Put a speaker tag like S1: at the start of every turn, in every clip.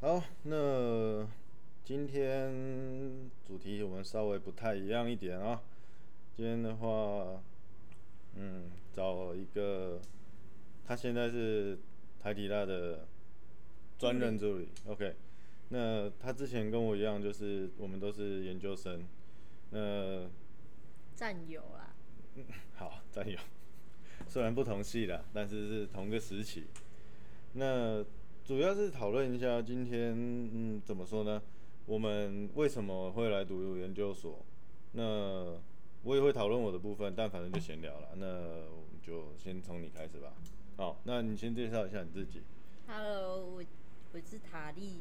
S1: 好，那今天主题我们稍微不太一样一点啊、今天的话，嗯，找一个，他现在是台体大的专任助理。OK，那他之前跟我一样，就是我们都是研究生。那
S2: 战友啊啦，
S1: 好，战友， 虽然不同系啦，但是是同个时期。那主要是讨论一下今天，嗯，怎么说呢？我们为什么会来读研究所？那我也会讨论我的部分，但反正就闲聊了。那我们就先从你开始吧。好，那你先介绍一下你自己。
S2: Hello，我我是塔莉，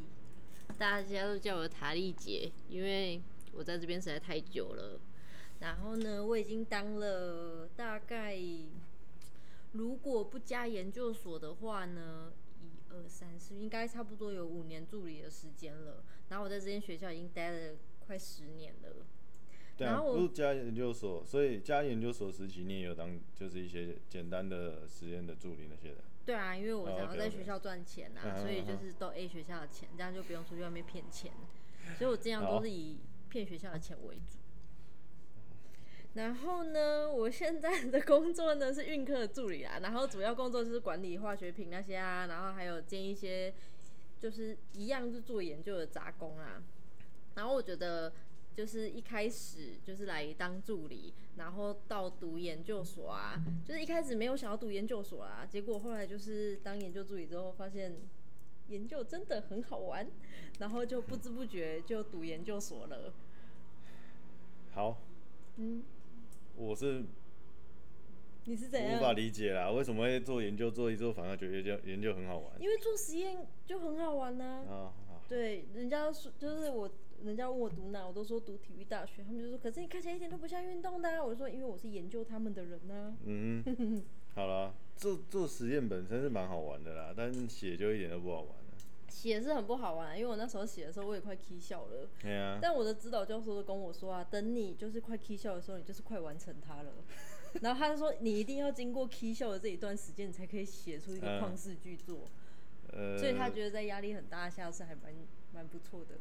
S2: 大家都叫我塔莉姐，因为我在这边实在太久了。然后呢，我已经当了大概，如果不加研究所的话呢，一二三四，应该差不多有五年助理的时间了。然后我在这间学校已经待了快十年了。
S1: 对啊，
S2: 然后我
S1: 不是加研究所，所以加研究所时期你也有当，就是一些简单的实验的助理那些的。
S2: 对啊，因为我
S1: 哦
S2: 想要
S1: ，OK，OK
S2: 在学校赚钱啊
S1: 嗯
S2: 所以就
S1: 嗯嗯
S2: 是都 A 学校的钱，这样就不用出去外面骗钱。所以我尽量都
S1: 好
S2: 是以骗学校的钱为主。然后呢，我现在的工作呢是运科的助理啊，然后主要工作就是管理化学品那些啊，然后还有兼一些就是一样是做研究的杂工啊。然后我觉得就是一开始就是来当助理，然后到读研究所啊，就是一开始没有想要读研究所啊，结果后来就是当研究助理之后发现。研究真的很好玩，然后就不知不觉就读研究所了。
S1: 好，
S2: 嗯，
S1: 我是
S2: 你是怎
S1: 无法
S2: 样？
S1: 理解啦，为什么会做研究做一做，反而觉得研究研究很好玩
S2: 因为做实验就很好玩呐、
S1: 啊？好
S2: 对，人家说就是我，人家问我读哪，我都说读体育大学，他们就说，可是你看起来一点都不像运动的、啊。我就说，因为我是研究他们的人啊呐、
S1: 嗯哼，好啦，做做实验本身是蛮好玩的啦，但写就一点都不好玩啊了。
S2: 写是很不好玩，因为我那时候写的时候我也快 k 笑了。
S1: 对啊呀、
S2: 但我的指导教授都跟我说啊，等你就是快 k 笑的时候，你就是快完成它了。 然后他就说，你一定要经过 k 笑的这一段时间，你才可以写出一个
S1: 嗯
S2: 旷世巨作。
S1: 呃，
S2: 所以他觉得在压力很大下是还蛮蛮不错的。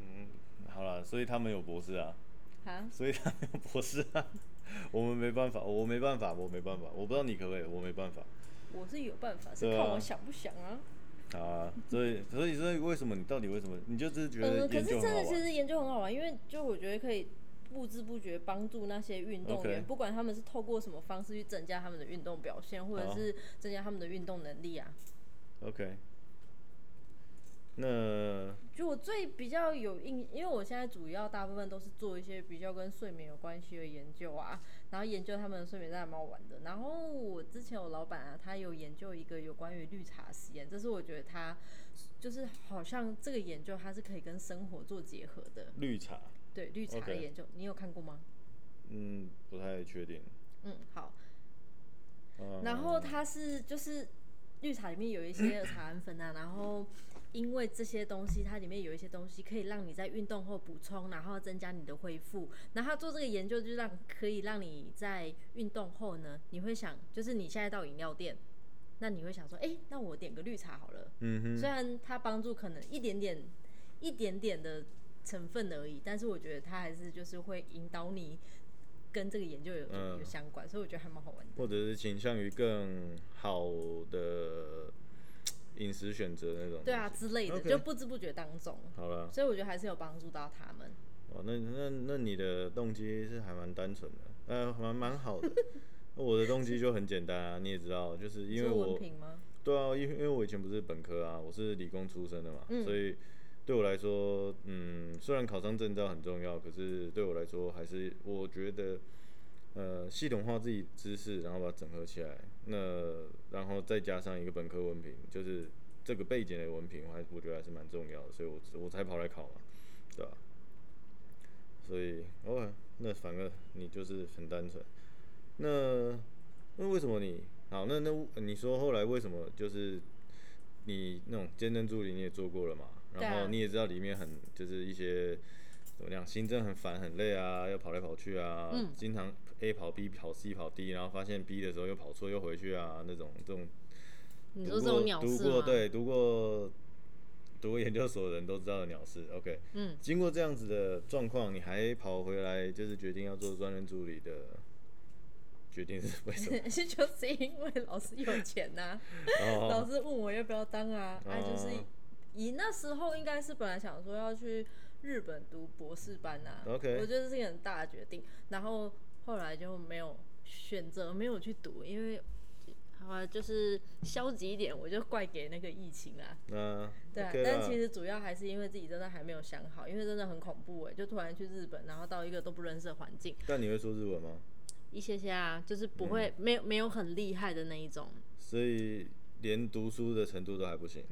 S1: 嗯，好啦，所以他们有博士啊，
S2: 啊，
S1: 所以他们有博士啊， 我们没办法，我没办法，我没办法，我不知道你可不可以，我没办法。
S2: 我是有办法，是
S1: 对啊
S2: 看我想不想啊。
S1: 好啊，所以所以所以为什么你到底为什么你就只是觉得
S2: 嗯，可
S1: 研
S2: 是
S1: 究
S2: 真
S1: 很好
S2: 的，
S1: 玩？
S2: 其实研究很好玩，因为就我觉得可以不知不觉帮助那些运动员
S1: OK
S2: 不管他们是透过什么方式去增加他们的运动表现，或者
S1: 好
S2: 是增加他们的运动能力啊。
S1: OK，那
S2: 就我最比较有印，因为我现在主要大部分都是做一些比较跟睡眠有关系的研究啊，然后研究他们的睡眠在蛮好玩的。然后我之前我老板啊，他有研究一个有关于绿茶实验，这是我觉得他就是好像这个研究它是可以跟生活做结合的。
S1: 绿茶，
S2: 对绿茶的
S1: OK
S2: 研究你有看过吗？
S1: 嗯，不太确定。
S2: 嗯，好。
S1: 嗯、
S2: 然后它是就是绿茶里面有一些茶氨酚啊，然后因为这些东西，它里面有一些东西可以让你在运动后补充，然后增加你的恢复。然后它做这个研究，就让可以让你在运动后呢，你会想，就是你现在到饮料店，那你会想说，哎，那我点个绿茶好了。
S1: 嗯哼，
S2: 虽然它帮助可能一点点、一点点的成分而已，但是我觉得它还是就是会引导你跟这个研究有、
S1: 嗯
S2: 有相关，所以我觉得还蛮好玩的。
S1: 或者是倾向于更好的饮食选择那种。
S2: 对啊，之类的
S1: OK
S2: 就不知不觉当中，
S1: 好了，
S2: 所以我觉得还是有帮助到他们。
S1: 哦，那那那你的动机是还蛮单纯的，呃，蛮蛮好 的。那我的动机就很简单啊，你也知道，就是因为
S2: 做
S1: 我
S2: 文凭吗？
S1: 对啊，因为因为我以前不是本科啊，我是理工出身的嘛，
S2: 嗯
S1: 所以对我来说，嗯，虽然考上证照很重要，可是对我来说还是我觉得，呃，系统化自己知识，然后把它整合起来，那然后再加上一个本科文凭，就是这个背景的文凭，我还我觉得还是蛮重要的，所以我我才跑来考嘛，对吧、所以偶尔那反而你就是很单纯，那那为什么你好？那那你说后来为什么就是你那种兼任助理你也做过了嘛？
S2: 对啊
S1: 然后你也知道里面很就是一些怎么样，行政很烦很累啊，要跑来跑去啊，
S2: 嗯
S1: 经常 A 跑 B 跑 C 跑 D，然后发现 B 的时候又跑错又回去啊，那种这种
S2: 你
S1: 读
S2: 说这
S1: 过
S2: 种鸟
S1: 读
S2: 事
S1: 过
S2: 吗？
S1: 对读过读研究所的人都知道的鸟事。OK，
S2: 嗯，
S1: 经过这样子的状况，你还跑回来，就是决定要做专任助理的决定是为 什么？
S2: 就是因为老师有钱呐、老
S1: 哦，
S2: 师问我要不要当啊，啊，就是
S1: 哦
S2: 以那时候应该是本来想说要去日本读博士班啊
S1: OK
S2: 我觉得这是一个很大的决定，然后后来就没有选择没有去读，因为好啊，就是消极一点，我就怪给那个疫情啦，
S1: 那
S2: 对啊
S1: OK 啦
S2: 但其实主要还是因为自己真的还没有想好，因为真的很恐怖哎、就突然去日本，然后到一个都不认识的环境，
S1: 但你会说日文吗？
S2: 一些些啊，就是不会、
S1: 嗯
S2: 没有没有很厉害的那一种，
S1: 所以连读书的程度都还不行。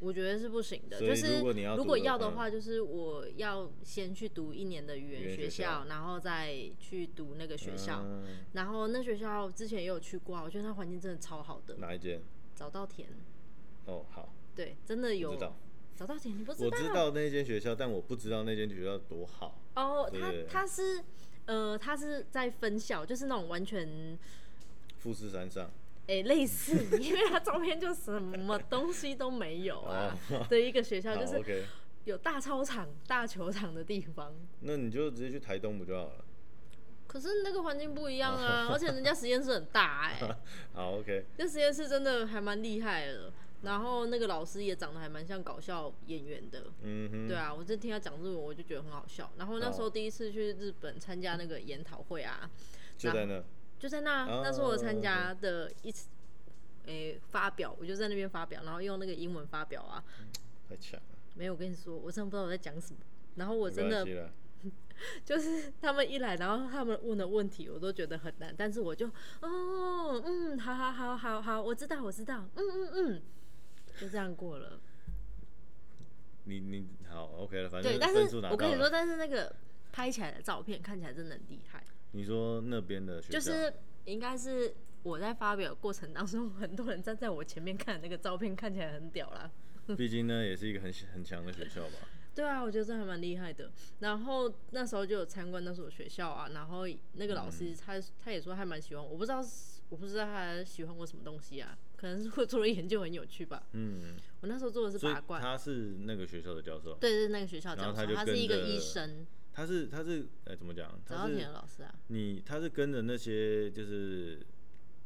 S2: 我觉得是不行的。
S1: 所以
S2: 就是
S1: 如果你要
S2: 如
S1: 读
S2: 果
S1: 的
S2: 要的
S1: 话
S2: 话，就是我要先去读一年的语
S1: 语
S2: 言
S1: 言学
S2: 校，
S1: 校
S2: 然后再去读那个学校。
S1: 嗯
S2: 然后那学校之前也有去过啊，我觉得它环境真的超好的，
S1: 哪一间？
S2: 早稻田，
S1: 哦，好，
S2: 对，真的有
S1: 知道。
S2: 早稻田，你不
S1: 我知道那间学校，但我不知道那间学校多好。
S2: 哦，它
S1: 对
S2: 它是呃，它是在分校，就是那种完全
S1: 富士山上，
S2: 诶、哎类似，因为它照片就什么东西都没有啊的一个学校，
S1: 哦好
S2: 就是
S1: OK，
S2: 有大操场、大球场的地方。
S1: 那你就直接去台东不就好了？
S2: 可是那个环境不一样啊，
S1: 哦
S2: 而且人家实验室很大哎、
S1: 好，OK，
S2: 这实验室真的还蛮厉害的。然后那个老师也长得还蛮像搞笑演员的，
S1: 嗯哼，
S2: 对啊，我就听他讲日文，我就觉得很好笑。然后那时候
S1: 哦
S2: 第一次去日本参加那个研讨会啊，
S1: 就在那。
S2: 就在那、
S1: 哦
S2: 那时候我参加的一次，诶、发表，我就在那边发表，然后用那个英文发表啊。
S1: 太强了，
S2: 没有，我跟你说，我真的不知道我在讲什么。然后我
S1: 没
S2: 真
S1: 关
S2: 的
S1: 系啦。
S2: 就是他们一来，然后他们问的问题，我都觉得很难，但是我就，哦，嗯，好好好好好，我知道我知道，嗯嗯嗯，就这样过了。
S1: 嗯你你好，OK 了，反正
S2: 对，但
S1: 分数
S2: 是
S1: 拿
S2: 我跟
S1: 到
S2: 你说，
S1: 了。
S2: 但是那个拍起来的照片看起来真的很厉害，
S1: 你说那边的学校，
S2: 就是应该是我在发表的过程当中， 很多人站在我前面看那个照片，看起来很屌啦。
S1: 毕竟呢也是一个很很强的学校吧。
S2: 对啊，我觉得这还蛮厉害的。然后那时候就有参观那所学校啊，然后那个老
S1: 嗯
S2: 师他、他也说还蛮喜欢我，我不知道是我不知道他喜欢我什么东西啊，可能是我 做的研究很有趣吧。
S1: 嗯，
S2: 我那时候做的是
S1: 所以
S2: 拔罐，
S1: 他是那个学校的教授，
S2: 对，是那个学校
S1: 然
S2: 教
S1: 后他
S2: 授，
S1: 就
S2: 他是一个
S1: 跟着
S2: 医生，
S1: 他是他是呃怎么讲？
S2: 早
S1: 他
S2: 稻田
S1: 是
S2: 的老师啊。
S1: 你他是跟着那些就是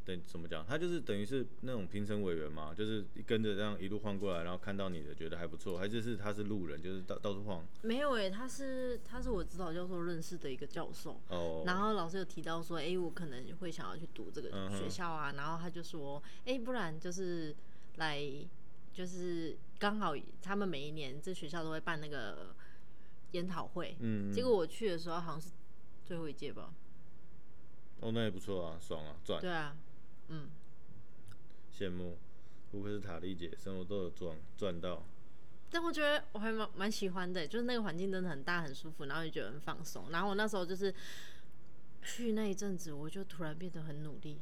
S1: 等怎么讲？他就是等于是那种评审委员嘛，就是跟着这样一路晃过来，然后看到你的觉得还不错，还是是他是路人，就是到到处晃
S2: 没有诶、欸他是他是我指导教授认识的一个教授，
S1: 哦。
S2: 然后老师有提到说，诶，我可能会想要去读这个
S1: 嗯哼
S2: 学校啊，然后他就说，诶，不然就是来，就是刚好他们每一年这学校都会办那个研讨会，
S1: 嗯，
S2: 结果我去的时候好像是最后一届吧，
S1: 哦那也不错啊，爽啊，赚，
S2: 对啊，嗯，
S1: 羡慕，不愧是塔莉姐，生活都有赚赚到。
S2: 但我觉得我还蛮蛮喜欢的、欸就是那个环境真的很大很舒服，然后也觉得很放松，然后我那时候就是去那一阵子，我就突然变得很努力，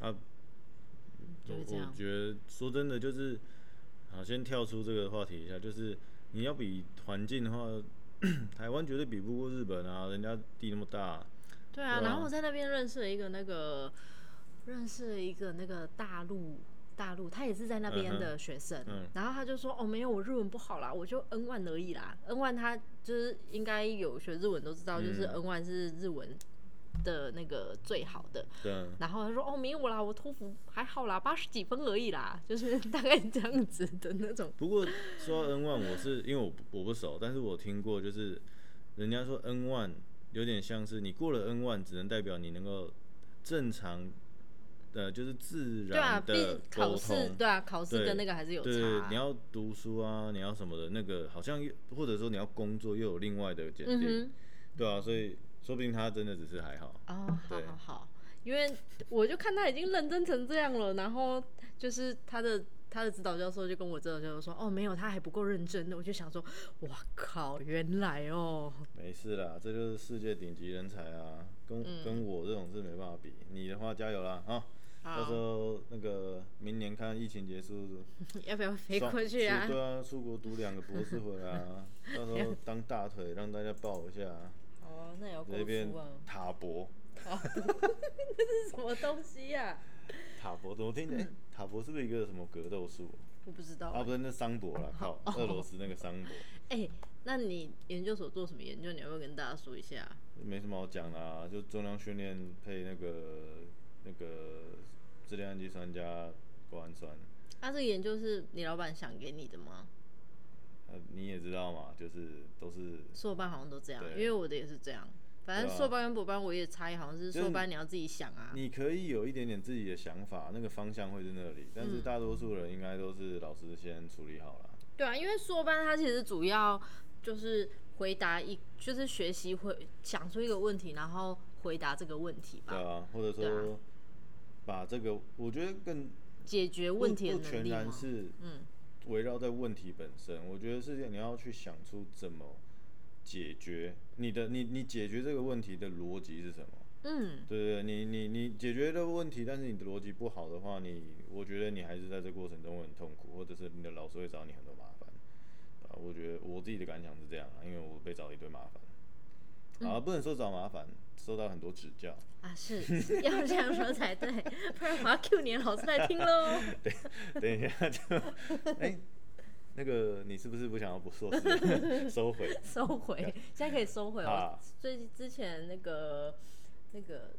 S1: 啊，
S2: 就是这
S1: 我
S2: 样
S1: 我觉得说真的，就是好，先跳出这个话题一下，就是你要比环境的话，台湾绝对比不过日本啊，人家地那么大，
S2: 对
S1: 对啊
S2: 啊，然后我在那边认识了一个那个，认识了一个那个大陆大陆，他也是在那边的学生，
S1: 嗯
S2: 然后他就说哦没有，我日文不好啦，我就 N 万而已啦，N 万他就是应该有学日文都知道，就是
S1: 嗯
S2: N 万是日文的那个最好的，
S1: 对啊，
S2: 然后他说哦没有啦，我托福还好啦，八十几分而已啦， 就是大概这样子的那种，
S1: 不过说到 N 万，我是因为我不我不熟，但是我听过，就是人家说 N 万有点像是你过了 N 万，只能代表你能够正常的，就是自
S2: 对啊，
S1: 然
S2: 毕
S1: 的
S2: 竟考
S1: 沟
S2: 试
S1: 通。
S2: 对啊，考试
S1: 对
S2: 跟那个还是有差、
S1: 对，
S2: 啊
S1: 你。要读书啊，你要什么的，那个好像又或者说你要工作，又有另外的检
S2: 嗯
S1: 定，
S2: 哼，
S1: 对啊，所以说不定他真的只是还好，
S2: 哦，好
S1: 对
S2: 好好，因为我就看他已经认真成这样了，然后就是他的他的指导教授就跟我指导教授说，哦，没有，他还不够认真的，我就想说，哇靠，原来哦，
S1: 没事啦，这就是世界顶级人才啊，跟、
S2: 嗯
S1: 跟我这种是没办法比，你的话加油啦啊！到时
S2: 好，
S1: 候那个明年看疫情结 束，
S2: 要不要飞
S1: 双
S2: 过去啊
S1: 出？对啊，出国读两个博士回来啊， 到时候当大腿让大家抱一下啊，
S2: 好啊， 那也要过
S1: 那边
S2: 出啊，
S1: 塔博，
S2: 这是什么东西呀、
S1: 塔博怎么听起
S2: 嗯
S1: 来？哎塔博是不是一个什么格斗术？
S2: 我不知道
S1: 啊，不是那桑博啦，靠，
S2: 哦
S1: 俄罗斯那个桑博，
S2: 哎、那你研究所做什么研究？你要不要跟大家说一下？
S1: 没什么好讲的啊，就重量训练配那个那个质量氨基酸加谷氨酸。
S2: 啊，这个研究是你老板想给你的吗？
S1: 呃，你也知道嘛，就是都是
S2: 硕班好像都这样，因
S1: 对
S2: 为我的也是这样。反
S1: 对
S2: 正
S1: 啊
S2: 硕班跟博班我也差异好像是硕班你要自己想啊，
S1: 你可以有一点点自己的想法，那个方向会在那里，但
S2: 嗯
S1: 是大多数人应该都是老师先处理好了。
S2: 对啊，因为硕班它其实主要就是回答一，就是学习会想出一个问题，然后回答这个问题吧，
S1: 对啊，或者
S2: 对啊
S1: 说把这个，我觉得更
S2: 解决
S1: 不
S2: 问题的
S1: 不
S2: 能
S1: 全
S2: 力
S1: 然
S2: 吗？
S1: 是
S2: 嗯，
S1: 围绕在问题本身，我觉得是你要去想出怎么解决你的你你解决这个问题的逻辑是什么？
S2: 嗯，
S1: 对对对，你你你解决的问题，但是你的逻辑不好的话，你我觉得你还是在这过程中会很痛苦，或者是你的老师会找你很多麻烦。啊，我觉得我自己的感想是这样啊，因为我被找了一堆麻烦，
S2: 嗯
S1: 啊，不能说找麻烦，受到很多指教。
S2: 啊是，是要这样说才对，不然我要 Q 你的老师来听喽。
S1: 等一下 就，哎、那个你是不是不想要不硕 士收回？
S2: 收回，现在可以收回哦
S1: 啊。
S2: 最之前那个那个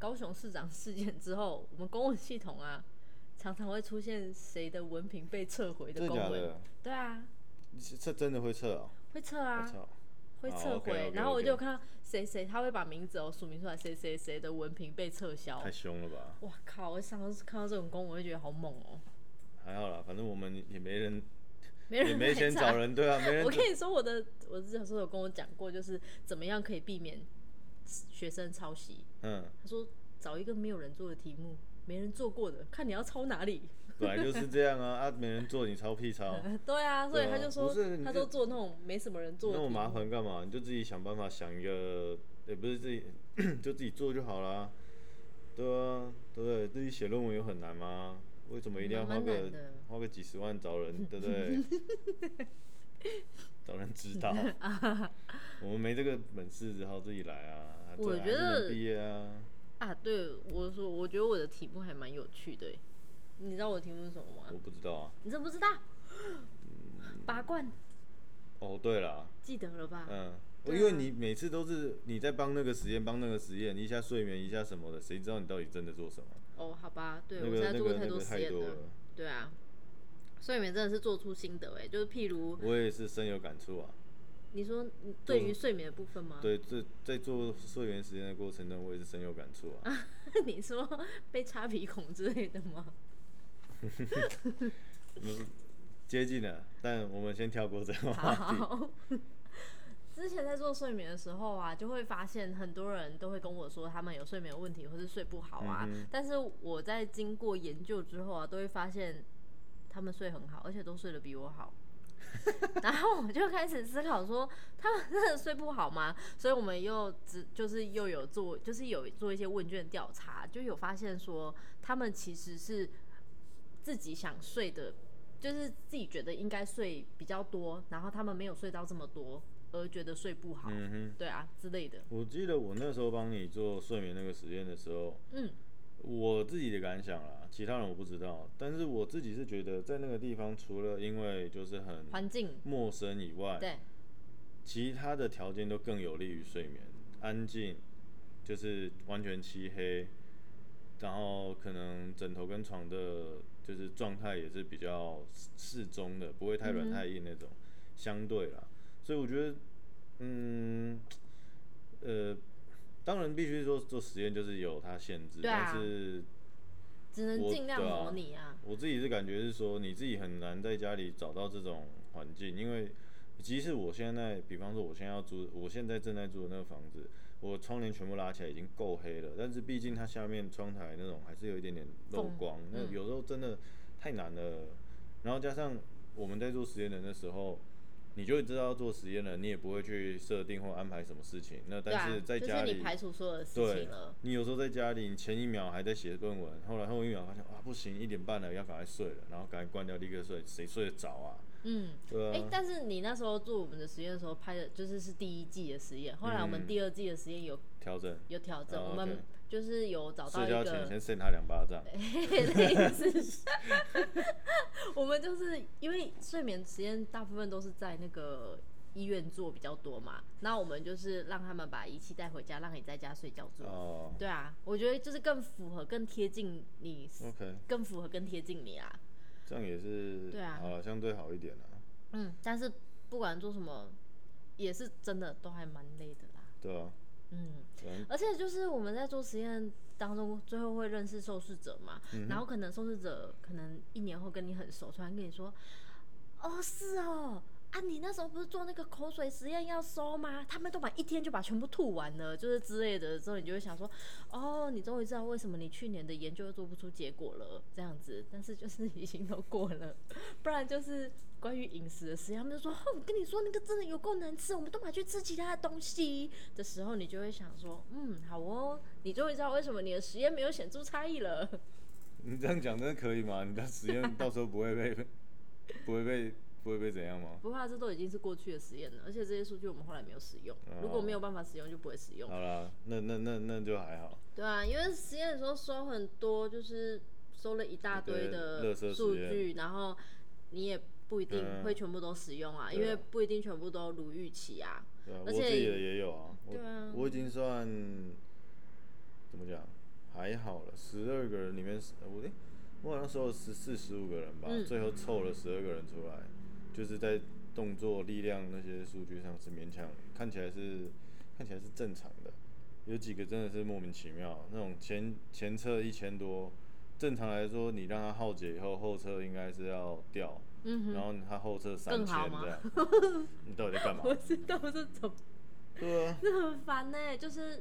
S2: 高雄市长事件之后，我们公文系统啊，常常会出现谁的文凭被撤回
S1: 真的
S2: 公
S1: 假
S2: 文
S1: 的，？
S2: 对啊，
S1: 这这真的会撤哦、
S2: 会撤
S1: 我
S2: 啊，
S1: 操！
S2: 会
S1: 哦
S2: 撤回。
S1: ，OK，OK，OK
S2: 然后我就有看到谁谁，他会把名字哦署名出来，谁谁谁的文凭被撤销
S1: 太。凶了吧？
S2: 哇靠！我上次看到这种公文，我就觉得好猛哦，
S1: 还好啦，反正我们也没人，
S2: 没
S1: 也
S2: 人
S1: 没
S2: 来
S1: 钱
S2: 查
S1: 找人，对啊，没人
S2: 我。跟你说，我的我之前说有跟我讲过，就是怎么样可以避免学生抄袭。
S1: 嗯，
S2: 他说找一个没有人做的题目，没人做过的，看你要抄哪里。
S1: 本来就是这样啊，啊，没人做你抄屁抄，
S2: 对啊，所以
S1: 对啊
S2: 他就说，
S1: 不是你
S2: 他
S1: 这
S2: 都做那种没什么人做的
S1: 那
S2: 题
S1: 么
S2: 目。
S1: 麻烦干嘛？你就自己想办法想一个，也不是自己 就自己做就好啦。对啊，对不对？自己写论文有很难吗？为什么一定要花
S2: 蛮
S1: 个
S2: 难的
S1: 花个几十万找人，对不 对？找人指导，我们没这个本事，只好自己来啊。
S2: 我
S1: 对啊
S2: 觉
S1: 还是能
S2: 得
S1: 毕业啊，
S2: 啊！对，我说，我觉得我的题目还蛮有趣的欸。你知道我的题目是什么吗
S1: 我？不知道啊。
S2: 你真不知道？拔罐，
S1: 哦，对了，
S2: 记得了吧？
S1: 嗯，
S2: 啊对
S1: 因为
S2: 啊
S1: 你每次都是你在帮那个实验，帮那个实验，一下睡眠，一下什么的，谁知道你到底真的做什么？
S2: 哦，好吧，对、
S1: 那
S2: 我现
S1: 个
S2: 在
S1: 那
S2: 做过
S1: 个那
S2: 多
S1: 个
S2: 实
S1: 太
S2: 验
S1: 多
S2: 了。
S1: 了，
S2: 对啊，所以你们真的是做出心得哎，就是譬如
S1: 我也是深有感触啊。
S2: 你说你对于睡眠的部分吗？
S1: 对，这在做睡眠实验的过程中，我也是深有感触啊。
S2: 你说被插鼻孔之类的吗？
S1: 嗯，接近了，但我们先跳过这个话 题。
S2: 好。 之前在做睡眠的时候啊，就会发现很多人都会跟我说他们有睡眠问题或是睡不好啊。
S1: 嗯哼
S2: 但是我在经过研究之后啊，都会发现他们睡很好，而且都睡得比我 好。然后我就开始思考说，他们真的睡不好吗？所以我们又只就是又有做，就是有做一些问卷调查，就有发现说他们其实是自己想睡的，就是自己觉得应该睡比较多，然后他们没有睡到这么多，而觉得睡不好，
S1: 嗯哼，
S2: 对啊之类的。
S1: 我记得我那时候帮你做睡眠那个实验的时候，
S2: 嗯，
S1: 我自己的感想啦，其他人我不知道，但是我自己是觉得在那个地方，除了因为就是很
S2: 环境
S1: 陌生以外，
S2: 对，啊
S1: 其他的条件都更有利于睡眠，安静，就是完全漆黑，然后可能枕头跟床的，就是状态也是比较适适中的，不会太软太硬那种，相对啦。所以我觉得，嗯，呃，当然必须说做实验就是有它限制，
S2: 对啊
S1: 但是
S2: 只能
S1: 我
S2: 尽量
S1: 对啊
S2: 模拟啊。
S1: 我自己是感觉是说，你自己很难在家里找到这种环境，因为即使我现在，比方说我现在要租，我现在正在租的那个房子，我窗帘全部拉起来已经够黑了，但是毕竟它下面窗台那种还是有一点点漏
S2: 缝
S1: 光，那
S2: 嗯
S1: 有时候真的太难了。然后加上我们在做实验人的时候。你就会知道做实验了，你也不会去设定或安排什么事情。那
S2: 对
S1: 但
S2: 啊
S1: 是，在
S2: 就
S1: 家
S2: 是
S1: 里，
S2: 你排除所有的事
S1: 对
S2: 情啊了，，
S1: 你有时候在家里，你前一秒还在写论文，后来后一秒发现啊不行，一点半了，要赶快睡了，然后赶快关掉，立刻睡，谁睡得着啊？
S2: 嗯。
S1: 对
S2: 哎、
S1: 啊，
S2: 但是你那时候做我们的实验的时候拍的，就是是第一季的实验，后来我们
S1: 嗯
S2: 第二季的实验有
S1: 调整。
S2: 有调整，
S1: 哦
S2: 我们
S1: OK
S2: 就是有找到
S1: 睡
S2: 一
S1: 觉前
S2: 个 哎
S1: 先扇他两巴掌，
S2: 类似， 我们就是因为睡眠实验大部分都是在那个医院做比较多嘛，那我们就是让他们把仪器带回家，让你在家睡觉做。
S1: 哦
S2: 对啊，我觉得就是更符合、更贴近你，
S1: ，OK，
S2: 更符合、更贴近你啊啦。
S1: 这样也是
S2: 对啊
S1: 好了，相对好一点啦，啊
S2: 嗯，但是不管做什么，也是真的都还蛮累的啦。
S1: 对啊，
S2: 嗯，
S1: 嗯
S2: 而且就是我们在做实验当中，最后会认识受试者嘛，
S1: 嗯
S2: 然后可能受试者可能一年后跟你很熟，突然跟你说，哦，是哦。啊，你那时候不是做那个口水实验要收吗？他们都把一天就把全部吐完了，就是之类的。之后你就会想说，哦，你终于知道为什么你去年的研究做不出结果了，这样子。但是就是已经都过了，不然就是关于饮食的实验，他们就说，哦，我跟你说那个真的有够难吃，我们都跑去吃其他的东西的时候，你就会想说，嗯，好哦，你终于知道为什么你的实验没有显著差异了。
S1: 你这样讲真的可以吗？你的实验到时候不会被不会被不会被怎样吗？
S2: 不怕，这都已经是过去的实验了，而且这些数据我们后来没有使用。
S1: 哦
S2: 如果没有办法使用， 就不会使用。
S1: 好啦，那那那那就还好，
S2: 对啊，因为实验的时候收很多，就是收了一大堆的
S1: 一堆垃圾实验嗯
S2: 数据，然后你也不一定会全部都使用啊，
S1: 对啊
S2: 因为不一定全部都如预期啊。
S1: 对啊，我
S2: 而
S1: 自
S2: 且
S1: 己的也有啊，我
S2: 对啊
S1: 我已经算怎么讲还好了，十二个人里面我诶、我好像收了十四十五个人吧，
S2: 嗯
S1: 最后凑了十二个人出来，就是在动作、力量那些数据上是勉强看起来是看起来是正常的，有几个真的是莫名其妙，那种前前侧一千多。正常来说，你让它耗竭以后，后侧应该是要掉，
S2: 嗯
S1: 然后它后侧三
S2: 更
S1: 千
S2: 好吗
S1: 这样， 你到底在 干嘛？
S2: 我知道这种
S1: 对啊，
S2: 这很烦呢、就是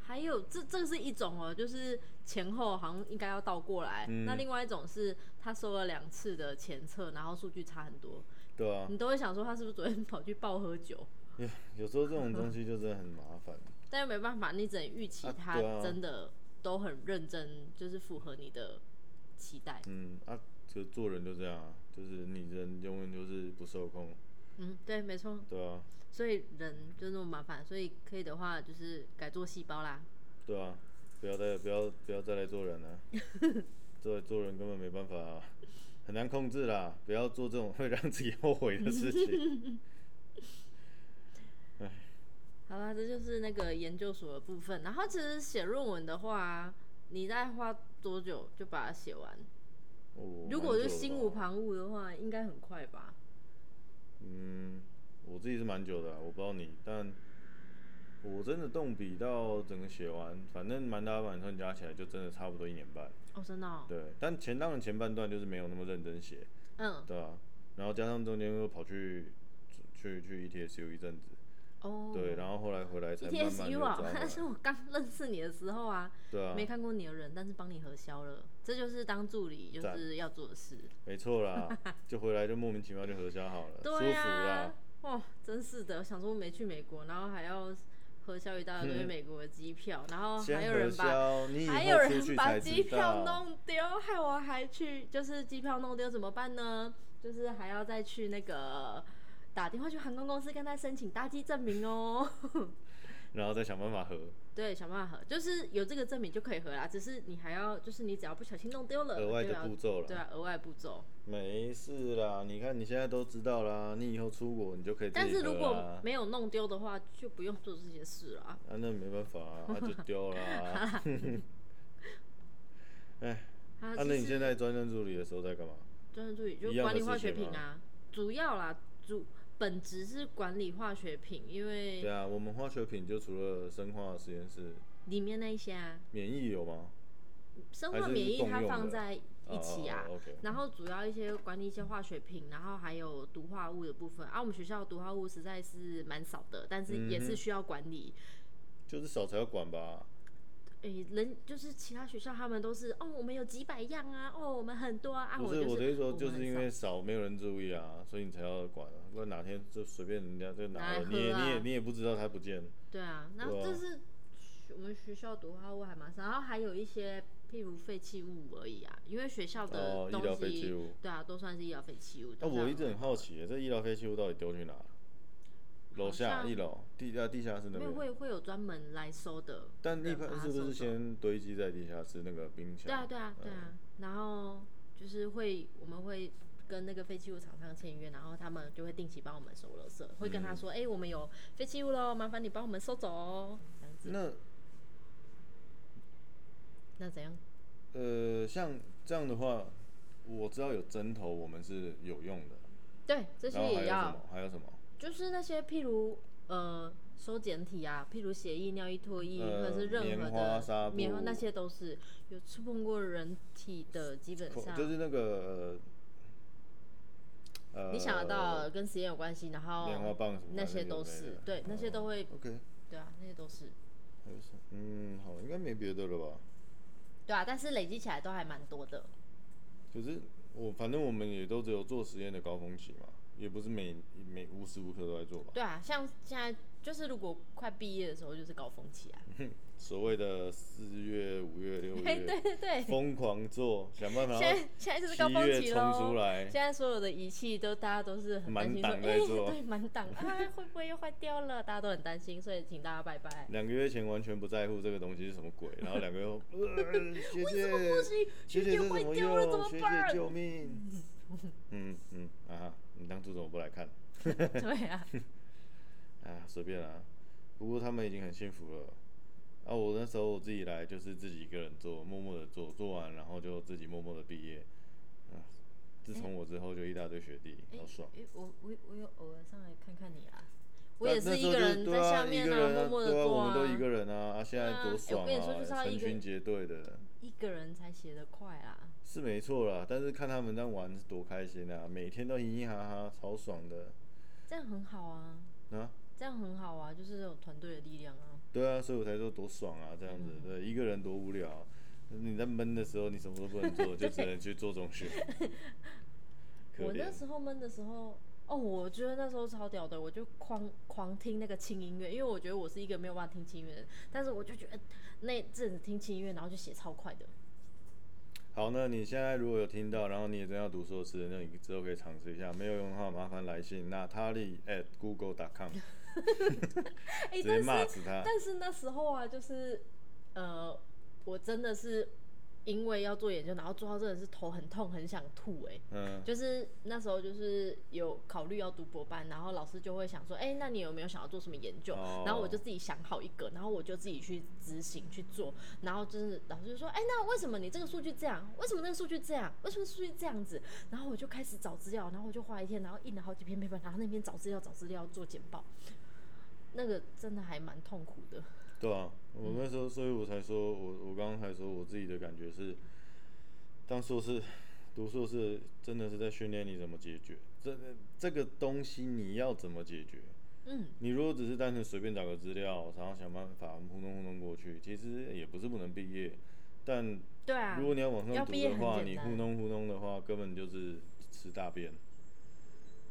S2: 还有这这是一种哦、就是前后好像应该要倒过来。
S1: 嗯
S2: 那另外一种是他收了两次的前测，然后数据差很多，
S1: 对啊，
S2: 你都会想说他是不是昨天跑 去暴喝酒？
S1: 有有时候这种东西就真的很麻烦。
S2: 但又没办法，你只能预期
S1: 啊
S2: 他
S1: 对啊
S2: 真的都很认真，就是符合你的期待。
S1: 嗯啊，就做人就这样啊，就是你人永远就是不受控，
S2: 嗯，对，没错。
S1: 对啊，
S2: 所以人就那么麻烦，所以可以的话就是改做细胞啦。
S1: 对啊，不要再不要不要再来做人了、啊 做做人根本没办法、啊，很难控制啦，不要做这种 会让自己后悔的事 情。
S2: 好啦，这就是那个研究所的部分。然后其实写论文的话，你大概花多久就把它写完？
S1: 我
S2: 如果
S1: 蛮
S2: 是
S1: 久的啊
S2: 心
S1: 吧
S2: 无，旁骛的话，应该很快吧？
S1: 嗯，我自己是蛮久的啊、我不知道你，但我真的动笔到整个写完，反正满打满算加起来就真的差不多一年半。
S2: 哦，真的、哦。
S1: 对，但前当然前半段就是没有那么认真写，
S2: 嗯，
S1: 对啊，然后加上中间又跑去去去 E ETSU 一阵子，
S2: 哦。
S1: 对，然后后来回来才慢慢
S2: ETSU
S1: 又
S2: 啊
S1: 抓， 回
S2: 那
S1: 来，
S2: 是我刚认识你的时候啊。
S1: 对啊
S2: 没，看过你的人，但是帮你核销了，这就是当助理就
S1: 赞
S2: 是要做的事。
S1: 没错 啦，就回来就莫名其妙就核销好了，舒
S2: 对
S1: 服
S2: 啊
S1: 啦，，
S2: 哦，真是的，想说没去美国，然后还要核销一大堆美国的机票，然后哦还
S1: 嗯先
S2: 有
S1: 核
S2: 人把。
S1: 销，你以
S2: 还有
S1: 后出
S2: 人
S1: 去
S2: 把
S1: 才
S2: 机
S1: 知
S2: 票
S1: 道，
S2: 弄丢，害我还去，就是机票弄丢怎么办呢？就是还要再去那个打电话去航空公司跟他申请搭机证明哦。
S1: 然后再想办法核，
S2: 对，想办法核，就是有这个证明就可以核啦。只是你还要，就是你只要不小心弄丢了，
S1: 额外
S2: 就
S1: 的
S2: 要
S1: 步骤
S2: 对
S1: 啦，
S2: 啊，额外步骤。
S1: 没事啦，你看你现在都知道啦，你以后出国你就可以自
S2: 但
S1: 己
S2: 是如
S1: 核
S2: 果
S1: 啦，
S2: 没有弄丢的话，就不用做这些事了。
S1: 啊，那没办法啊，啊就丢 啦，
S2: 啊
S1: 啊，那你
S2: 其实
S1: 现在专任助理的时候在干嘛？
S2: 专业助理就
S1: 一样的
S2: 管理化
S1: 事
S2: 学
S1: 情
S2: 品啊，主要啦，主本质是管理化学品，因
S1: 对
S2: 为
S1: 啊，我们化学品就除了生化实验室，
S2: 里面那一些啊，
S1: 免疫有吗？
S2: 生
S1: 还
S2: 化
S1: 是
S2: 免疫
S1: 共
S2: 它
S1: 用
S2: 放
S1: 的哦
S2: 在一起啊。
S1: o k
S2: 然后主要一些管理一些化学品，然后还有毒化物的部分啊。我们学校的毒化物实在是蛮少的，但是也
S1: 嗯
S2: 是
S1: 哼
S2: 需要管理。
S1: 就是少才要管吧。
S2: 诶、人就是其他学校他们都是哦，我们有几百样啊，哦，我们很多啊。啊
S1: 不
S2: 就是
S1: 我的意思说，
S2: 们
S1: 就是
S2: 很
S1: 因
S2: 少
S1: 为少，没有人注意啊，所以你才要管啊。不然哪天就随便人家就
S2: 拿来
S1: 了，你也
S2: 喝啊
S1: 你也你也不知道它不见。
S2: 对啊，那
S1: 对啊
S2: 这是我们学校毒化物还蛮少，然后还有一些譬如废弃物而已啊，因为学校的
S1: 哦
S2: 东
S1: 医疗废
S2: 西，
S1: 弃物
S2: 对啊，都算是医疗废弃物。
S1: 那、
S2: 都这样
S1: 我一直很好奇耶，这医疗废弃物到底丢去哪？楼
S2: 好
S1: 下
S2: 像
S1: 一楼地啊地下室那
S2: 因为
S1: 边，
S2: 会会有专门来收的，
S1: 但一般
S2: 把它
S1: 是不
S2: 收
S1: 是
S2: 走
S1: 先堆积在地下室那个冰箱？
S2: 对啊，对啊，对
S1: 嗯
S2: 啊。然后就是会，我们会跟那个废弃物厂商签约，然后他们就会定期帮我们收垃圾，会
S1: 嗯
S2: 跟他说：“哎、我们有废弃物喽，麻烦你帮我们收走哦。”这样子。
S1: 那
S2: 那怎样？
S1: 呃，像这样的话，我知道有针头，我们是有用的。
S2: 对，这些
S1: 然后还有
S2: 也
S1: 什
S2: 要，
S1: 么？还有什么？
S2: 就是那些譬如呃收简体啊，譬如血液、尿液、唾液，
S1: 呃
S2: 或者是任何
S1: 棉花纱
S2: 的
S1: 布
S2: 棉花，那些都是有触碰过人体的，基本
S1: 口
S2: 上
S1: 就是那个呃，
S2: 你想得到跟实验有关系，然后
S1: 棉花棒什么
S2: 那
S1: 反正有
S2: 些
S1: 的
S2: 都
S1: 没哦
S2: 是
S1: 的，
S2: 对，那些都会，
S1: OK，
S2: 对啊，那些都是。
S1: 还有什么？嗯，好，应该没别的了吧？
S2: 对啊，但是累积起来都还蛮多的。
S1: 可是我反正我们也都只有做实验的高峰期嘛，也不是每每无时无刻都在做吧。
S2: 对啊，像现在就是如果快毕业的时候就是高峰期啊。
S1: 所谓的四月、五月、六
S2: 哎，对
S1: 月
S2: 对对，
S1: 疯狂做，想办法
S2: 现
S1: 让
S2: 在现在就是高
S1: 七
S2: 峰
S1: 月
S2: 期
S1: 冲出
S2: 喽。
S1: 来
S2: 现。在所有的仪器都大家都是很担心说，
S1: 满档
S2: 哎、
S1: 在做
S2: 对，满档啊，会不会又坏掉了？大家都很担心，所以请大家拜拜。
S1: 两个月前完全不在乎这个东西是什么鬼，然后两个月后，呃，学姐，
S2: 不行，
S1: 学
S2: 学姐
S1: 这
S2: 坏
S1: 怎么
S2: 掉了怎
S1: 用？
S2: 么
S1: 学
S2: 办
S1: 姐救 命！嗯嗯啊哈，你当初怎么不来看？
S2: 对啊，
S1: 啊，随便啊。不过他们已经很幸福了。啊，我那时候我自己来就是自己一个人做，默默的做，做完然后就自己默默的毕业。啊，自从我之后就一大堆学弟，好爽。
S2: 哎我我我有偶尔上来看看你啊，我
S1: 但
S2: 也是
S1: 那时
S2: 一
S1: 候
S2: 个
S1: 就
S2: 人
S1: 对
S2: 在下
S1: 啊
S2: 面
S1: 一个人
S2: 默默的
S1: 对啊，
S2: 做
S1: 我们都一个人啊，啊，现
S2: 对
S1: 在
S2: 啊
S1: 多
S2: 哎我
S1: 爽
S2: 跟你说就是要
S1: 成
S2: 一个
S1: 群结队的。
S2: 一个人
S1: 啊
S2: 才写得快啊啦。
S1: 是没错啦，但是看他们这样玩是多开心啊！每天都嘻嘻哈哈，超爽的
S2: 这样很好啊，
S1: 啊！
S2: 这样很好啊，就是这种团队的力量啊。
S1: 对啊，所以我才说多爽啊，这样子，
S2: 嗯
S1: 对，一个人多无聊啊、你在闷的时候，你什么都不能 做，就只能去做中学。可
S2: 我
S1: 怜
S2: 那，时候闷的时候，哦，我觉得那时候超屌的，我就狂狂听那个轻音乐，因为我觉得我是一个没有办法听轻音乐的人，但是我就觉得那阵子听轻音乐，然后就写超快的。
S1: 好，那你现在如果有听到，然后你也真要读硕士，那你之后可以尝试一下。没有用的话，麻烦来信娜塔莉 at google.com，直
S2: 哎、
S1: 接
S2: 但是
S1: 骂死他。
S2: 但是那 时候啊，就是呃，我真的是因为要做研究，然后做到真的是头很痛，很想吐哎、
S1: 嗯，
S2: 就是那时候就是有考虑要读博班，然后老师就会想说，哎、那你有没有想要做什么研究？
S1: 哦
S2: 然后我就自己想好一个，然后我就自己去执行去做，然后就是老师就说，哎、那为什么你这个数据这样？为什么那个数据这样？为什么数据这样子？然后我就开始找资料，然后我就花一天，然后印了好几篇 paper，然后那边找资料找资料做简报，那个真的还蛮痛苦的。
S1: 对啊，我那时候，所以我才说，我我刚刚才说我自己的感觉是，当硕士读硕士真的是在训练你怎么解决这这个东西，你要怎么解决？
S2: 嗯，
S1: 你如果只是单纯随便找个资料，然后想办法糊弄糊弄过去，其实也不是不能毕业。但
S2: 对啊
S1: 如，果你要往上
S2: 要
S1: 读
S2: 毕业
S1: 的
S2: 很
S1: 话，
S2: 简
S1: 你糊
S2: 单
S1: 弄糊弄的话，根本就是吃大便。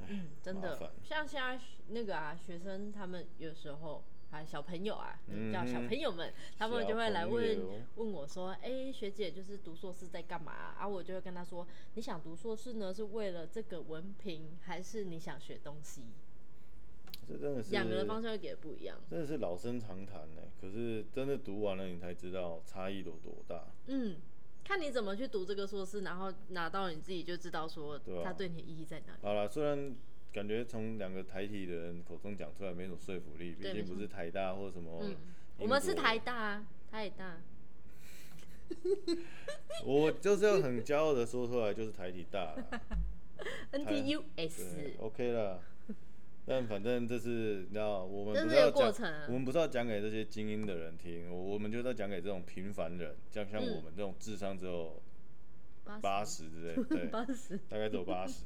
S2: 嗯，真
S1: 麻
S2: 的
S1: 烦，
S2: 像现在那个啊，学生他们有时候啊，小朋友啊，叫小
S1: 嗯哼
S2: 朋友们，他们就会来
S1: 小
S2: 问
S1: 朋友
S2: 问我说，哎、学姐就是读硕士在干嘛啊？啊我就会跟他说，你想读硕士呢，是为了这个文凭，还是你想学东西？
S1: 这真的是
S2: 两个的方向会给的不一样。
S1: 真的是老生常谈呢、可是真的读完了，你才知道差异有多大。
S2: 嗯，看你怎么去读这个硕士，然后拿到你自己就知道说
S1: 对啊
S2: 它对你的意义在哪里。
S1: 好啦，虽然感觉从两个台体的人口中讲出来没什么说服力，毕
S2: 对
S1: 竟
S2: 没错
S1: 不是台大或什么英
S2: 嗯
S1: 国。
S2: 我们是 台大啊，台大，
S1: 我就是要很骄傲的说出来，就是台体大啦
S2: NTUS
S1: 对。，OK 啦。但反正这是你知道，我们
S2: 这
S1: 不
S2: 是
S1: 要
S2: 一个过
S1: 讲，
S2: 程啊
S1: 我们不是要讲给这些精英的人听，我我们就是要讲给这种平凡人，像像
S2: 嗯
S1: 我们这种智商只有八
S2: 啊八十，
S1: 十之类，对，
S2: 八十。
S1: 大概只有八十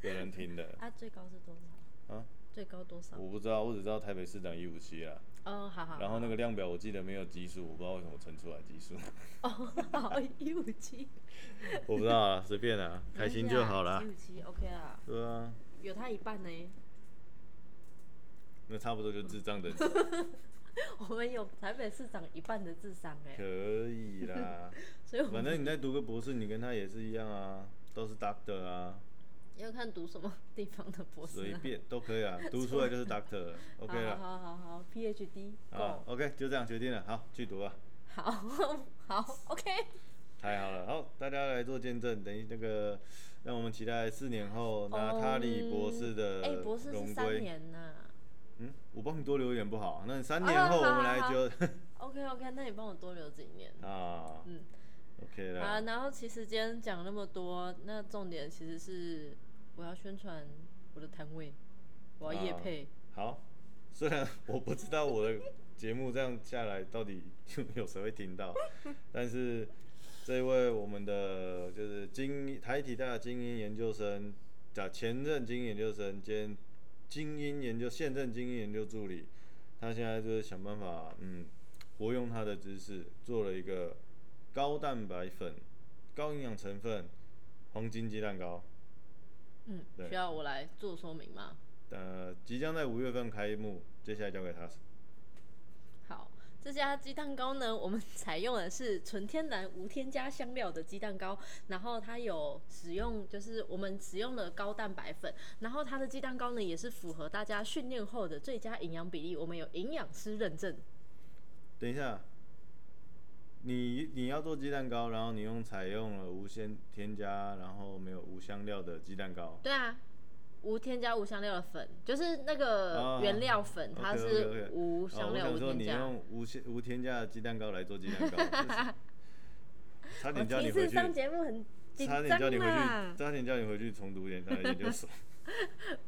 S1: 的人听 的。
S2: 啊，最高是多少？
S1: 啊，
S2: 最高多少？
S1: 我不知道，我只知道台北市长一五七啦。
S2: 哦，好好。
S1: 然后那
S2: 个
S1: 个量表我记得没有基数，我不知道为什么乘出来基 数，
S2: 哦，好一五七，
S1: 我不知道啊，随便啊，开心就好啦
S2: 一。五七，OK 啦，
S1: 对啊，
S2: 有他一半呢。
S1: 那差不多就智障 等级，
S2: 我们有台北市长一半的智商哎，
S1: 可以啦。
S2: 所以我
S1: 反
S2: 们
S1: 正你再读个博士，你跟他也是一样啊，都是 doctor 啊。
S2: 要看读什么地方的博士、啊，
S1: 随便都可以 啊，读出来就是 Doctor 了，OK
S2: 好
S1: 了，
S2: 好好好，PhD
S1: 好
S2: 够，
S1: ，OK 就这样决定了，好，去读吧，
S2: 好好，OK，
S1: 太好了，好，大家来做见证，等于那个，让我们期待四年后拿塔里博士的
S2: 哎、博士是
S1: 荣
S2: 三
S1: 归，
S2: 年呐、
S1: 嗯，我帮你多留一点不好，那三年
S2: 啊
S1: 后
S2: 好
S1: 我们
S2: 好
S1: 来
S2: 好
S1: 就
S2: OK OK，那你帮我多留几年。
S1: 啊
S2: 嗯，
S1: ，OK
S2: 好啊，
S1: 了，
S2: 然后其实今天讲那么多，那重点其实是我要宣传我的摊位，我要夜
S1: 啊
S2: 配。
S1: 好，虽然我不知道我的节目这样下来到底有没有谁会听到，但是这位我们的就是精台体大精英研究生，啊前任精英研究生兼精英研究现任精英研究助理，他现在就是想办法嗯活用他的知识，做了一个高蛋白粉、高营养成分黄金鸡蛋糕。
S2: 嗯，
S1: 对
S2: 需要我来做说明吗？
S1: 呃，即将在五月份开幕，接下来交给他。
S2: 好，这家鸡蛋糕呢，我们 采用的是纯天然无添加香料的鸡蛋糕，然后它有使用就是我们使用了高蛋白粉，然后它的鸡蛋糕呢也是符合大家训练后的最佳营养比例，我们有营养师认证。
S1: 等一下，你你要做鸡蛋糕，然后你用采用了无添添加，然后没有无香料的鸡蛋糕，
S2: 对啊，无添加无香料的粉，就是那个
S1: 啊
S2: 原料粉，它
S1: OK，OK，OK
S2: 是无香料、
S1: 哦、我
S2: 无
S1: 想说
S2: 添
S1: 你
S2: 加。
S1: 用无添无添加的鸡蛋糕来做鸡蛋糕， 就是差
S2: 我
S1: 点叫
S2: 第
S1: 你
S2: 一
S1: 回
S2: 次
S1: 去，
S2: 哦上节目很紧
S1: 差点叫你
S2: 张
S1: 回
S2: 啦
S1: 去，，差点叫你回去重读一点他的研究 所。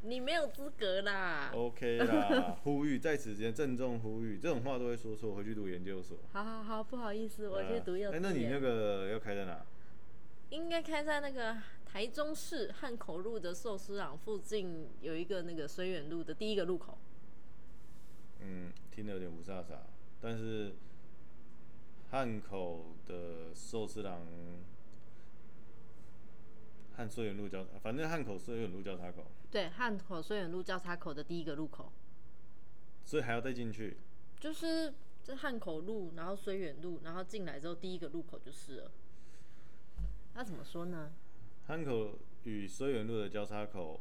S2: 你没有资格啦。
S1: OK 啦，呼吁在此间郑重呼吁，这种话都会说错，回去读研究所。
S2: 好好好，不好意思，我
S1: 对
S2: 去
S1: 啊
S2: 读幼稚
S1: 哎
S2: 园。
S1: 那你那个要开在哪？
S2: 应该开在那个台中市汉口路的寿司郎附近，有一个那个水远路的第一个路口。
S1: 嗯，听得有点不飒飒，啊但是汉口的寿司郎和穗园路交，反正汉口穗园路交叉口，
S2: 对，汉口水远路交叉口的第一个路口，
S1: 所以还要再进去。
S2: 就是这汉口路，然后水远路，然后进来之后第一个路口就是了。那怎么说呢？
S1: 汉口与穗园路的交叉口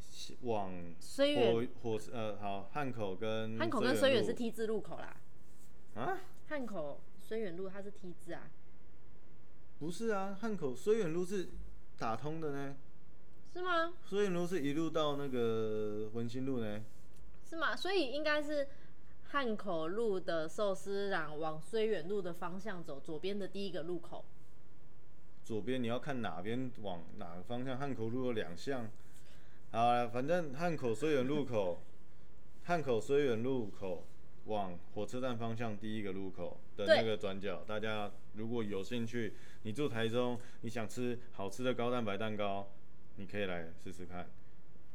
S1: 西往
S2: 虽
S1: 火
S2: 远
S1: 火呃好，汉口跟
S2: 汉口跟水远是
S1: 路
S2: T 字路口啦，
S1: 啊？
S2: 汉口水远路它是 T 字啊，
S1: 不是啊，汉口穗园路是打通的呢，
S2: 是吗？
S1: 穗园路是一路到那个文心路呢。
S2: 是吗？所以应该是汉口路的寿司郎往虽远路的方向走，左边的第一个路口。
S1: 左边你要看哪边往哪个方向，汉口路有两项。好啦，反正汉口虽远路口，汉口虽远路口往火车站方向第一个路口的那个转角，大家如果有兴趣，你住台中，你想吃好吃的高蛋白蛋糕，你可以来试试看。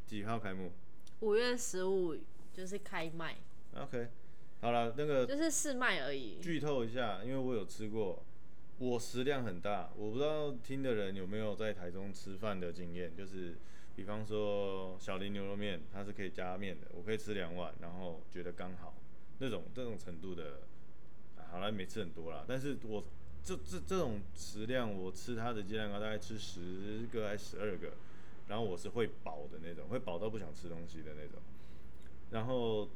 S1: 几号开幕
S2: 五月十五就是开卖，
S1: ？OK，好了，那个
S2: 就是试卖而已。
S1: 剧透一下，因为我有吃过，我食量很大，我不知道听的人有没有在台中吃饭的经验，就是比方说小林牛肉面，它是可以加面的，我可以吃两碗，然后觉得刚好那种这种程度的，啊好了，没吃很多啦，但是我这这这种食量，我吃它的鸡蛋糕大概吃十个还十二个，然后我是会饱的那种，会饱到不想吃东西的那种，然后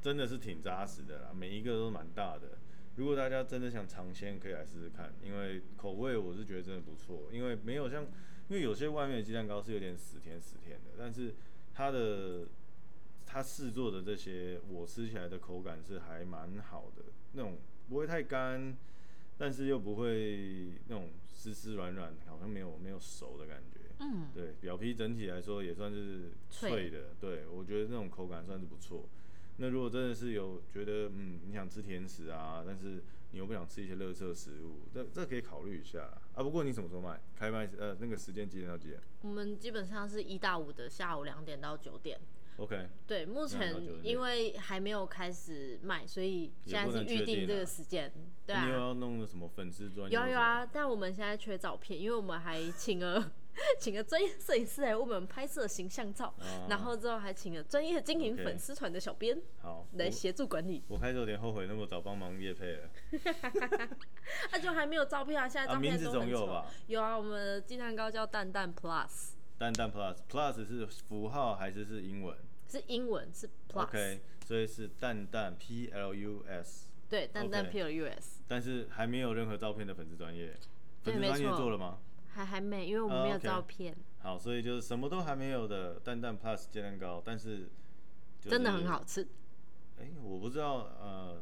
S1: 真的是挺扎实的啦，每一个都蛮大的。如果大家真的想尝鲜，可以来试试看，因为口味我是觉得真的不错，因为没有像，因为有些外面的鸡蛋糕是有点死甜死甜的，但是它的它试做的这些，我吃起来的口感是还蛮好的，那种不会太干，但是又不会那种湿湿软软，好像没有没有熟的感觉。
S2: 嗯，
S1: 对，表皮整体来说也算是
S2: 脆
S1: 脆的，对我觉得那种口感算是不错。那如果真的是有觉得，嗯，你想吃甜食啊，但是你又不想吃一些垃圾食物，这这可以考虑一下啦啊。不过你什么时候卖？开卖时呃那个时间几点到几点
S2: 我们基本上是一到五的下午两点到九点。
S1: ？OK，
S2: 对，目前
S1: 那就
S2: 因为还没有开始卖，所以现在是预定这个时间。对
S1: 你有
S2: 啊，
S1: 要弄什么粉丝专？
S2: 有啊有，啊，但我们现在缺照片，因为我们还请了请个专业摄影师来为我们拍摄形象照，
S1: 啊
S2: 然后之后还请了专业经营
S1: OK
S2: 粉丝团的小编
S1: 好，
S2: 来
S1: 我
S2: 协助管理。
S1: 我开始有点后悔那么早帮忙叶配了，
S2: 那、就还没有照片啊，现在
S1: 啊，
S2: 照
S1: 名
S2: 片
S1: 字
S2: 都
S1: 总
S2: 很
S1: 有
S2: 丑。
S1: 吧？
S2: 有啊，我们的鸡蛋糕叫蛋蛋 Plus，
S1: 蛋蛋 plus plus 是符号还是是英文
S2: 是英文是 Plus，、
S1: ？OK，所以是蛋蛋 P L U S，
S2: 对，蛋蛋
S1: OK
S2: P L U S，
S1: 但是还没有任何照片的粉丝专业，
S2: 对
S1: 粉丝专业
S2: 没错
S1: 做了吗？
S2: 还还没，因为我们
S1: 啊
S2: 没有
S1: OK
S2: 照片，
S1: 好，所以就是什么都还没有的蛋蛋 plus 煎蛋糕，但是、就是、
S2: 真的很好吃。
S1: 哎、我不知道，呃，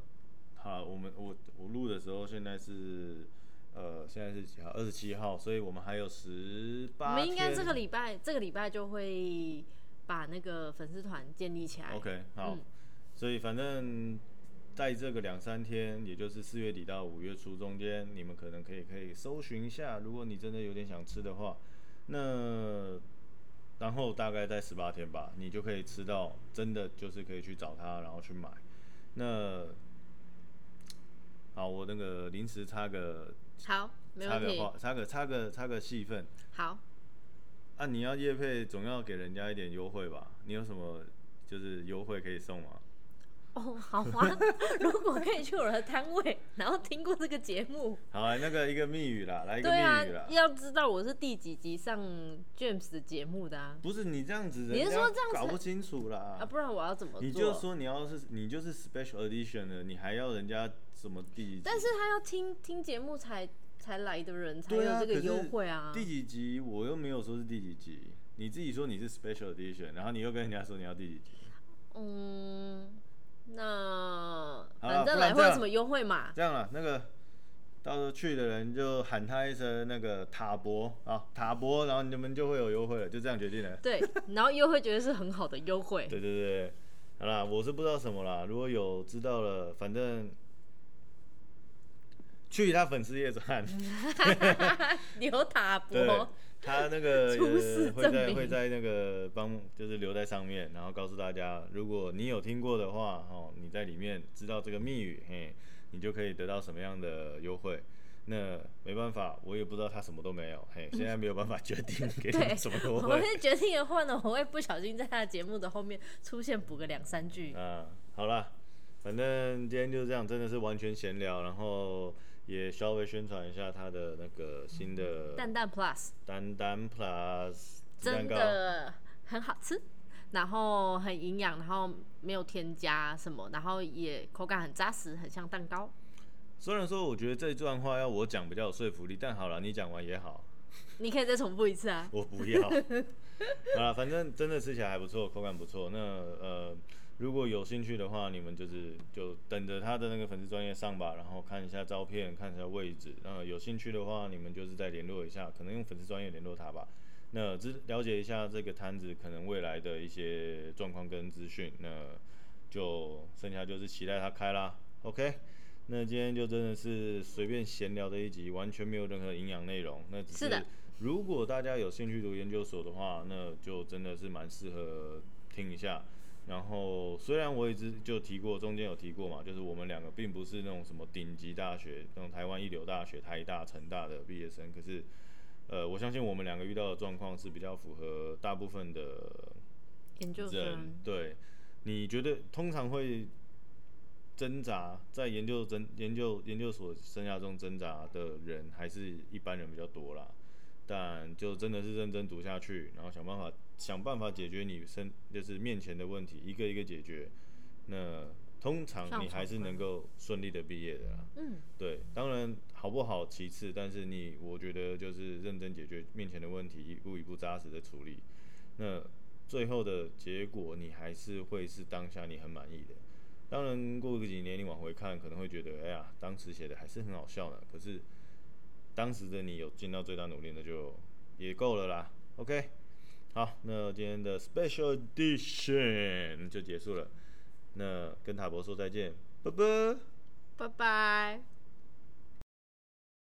S1: 好，我们我我录的时候现在是，呃，现在是几号？二十七号，所以我们还有十
S2: 我
S1: 八
S2: 们应该这个礼拜，这个礼拜就会把那个粉丝团建立起来。
S1: OK
S2: 嗯
S1: 好，所以反正在这个两三天，也就是四月底到五月初中间，你们可能可以可以搜寻一下，如果你真的有点想吃的话，那然后大概在十八天吧，你就可以吃到真的就是可以去找他，然后去买。那好，我那个临时插个
S2: 好，没
S1: 插
S2: 问
S1: 个
S2: 题。
S1: 话，插个插个插个戏份
S2: 好，
S1: 啊！你要业配，总要给人家一点优惠吧？你有什么就是优惠可以送吗？
S2: 哦，好啊。 如果可以去我的摊位，然后听过这个节目，
S1: 好，那个一个密语啦，来一个
S2: 对啊
S1: 密语啦。，
S2: 要知道我是第几集上 James 的节目的啊，
S1: 不是你这样子，
S2: 你是说
S1: 人家
S2: 这样子
S1: 搞不清楚啦？
S2: 啊，不然我要怎么做？
S1: 你就说你要是你就是 special edition 的，你还要人家什么第几集？
S2: 但是他要听听节目才才来的人才有
S1: 对啊，
S2: 这个
S1: 可是
S2: 优惠啊。
S1: 第几集我又没有说是第几集，你自己说你是 special edition，然后你又跟人家说你要第几集，
S2: 嗯，那
S1: 好啦
S2: 反正
S1: 不然
S2: 来
S1: 这
S2: 会
S1: 样
S2: 有什么优惠嘛？
S1: 这样啦，那个。到时候去的人就喊他一声那个塔博啊，塔博，然后你们就会有优惠了，就这样决定了。
S2: 对，然后优惠觉得是很好的优惠。
S1: 对对对，好啦，我是不知道什么啦，如果有知道了，反正去他粉丝页转，
S2: 嗯 牛塔
S1: 对
S2: 博，
S1: 他那 个
S2: 出示
S1: 呃会
S2: 证
S1: 在
S2: 明
S1: 会在那个帮就是留在上面，然后告诉大家，如果你有听过的话，哦，你在里面知道这个密语，嘿，你就可以得到什么样的优惠。那没办法，我也不知道他什么都没有，嘿，现在没有办法决定给你
S2: 对
S1: 们什么优
S2: 我
S1: 惠。
S2: 会决定的话呢，我会不小心在他的节目的后面出现补个两三句。
S1: 啊，好啦，反正今天就这样，真的是完全闲聊，然后也稍微宣传一下他的那个新的
S2: 蛋蛋 Plus
S1: 丹丹 Plus 鸡蛋
S2: 真
S1: 糕。
S2: 的很好吃，然后很营养，然后没有添加什么，然后也口感很扎实，很像蛋糕。
S1: 虽然说我觉得这段话要我讲比较有说服力，但好了，你讲完也好，
S2: 你可以再重复一次啊。
S1: 我不 要。好了，反正真的吃起来还不错，口感不错。那呃，如果有兴趣的话，你们就是就等着他的那个粉丝专业上吧，然后看一下照片，看一下位置。那有兴趣的话，你们就是再联络一下，可能用粉丝专业联络他吧。那只了解一下这个摊子可能未来的一些状况跟资讯，那就剩下就是期待他开啦。OK，那今天就真的是随便闲聊的一集，完全没有任何营养内容。那只
S2: 是的
S1: 如果大家有兴趣读研究所的话，那就真的是蛮适合听一下。然后虽然我一直就提过，中间有提过嘛，就是我们两个并不是那种什么顶级大学，那种台湾一流大学、台大、成大的毕业生，可是。呃，我相信我们两个遇到的状况是比较符合大部分的
S2: 研究
S1: 人
S2: 生。
S1: 对，你觉得通常会挣扎在研究真研究研究所生涯中挣扎的人，还是一般人比较多啦。但就真的是认真读下去，然后想办法想办法解决你身就是面前的问题，一个一个解决。那通常
S2: 上
S1: 你还
S2: 手
S1: 是
S2: 会
S1: 能够顺利的毕业的啦。
S2: 嗯，
S1: 对，当然好不好其次，但是你我觉得就是认真解决面前的问题，一步一步扎实的处理，那最后的结果你还是会是当下你很满意的。当然，过个几年你往回看，可能会觉得，哎呀，当时写的还是很好笑呢。可是当时的你有尽到最大努力，那就也够了啦。OK，好，那今天的 Special Edition 就结束了。那跟塔博说再见，拜拜。
S2: 拜拜。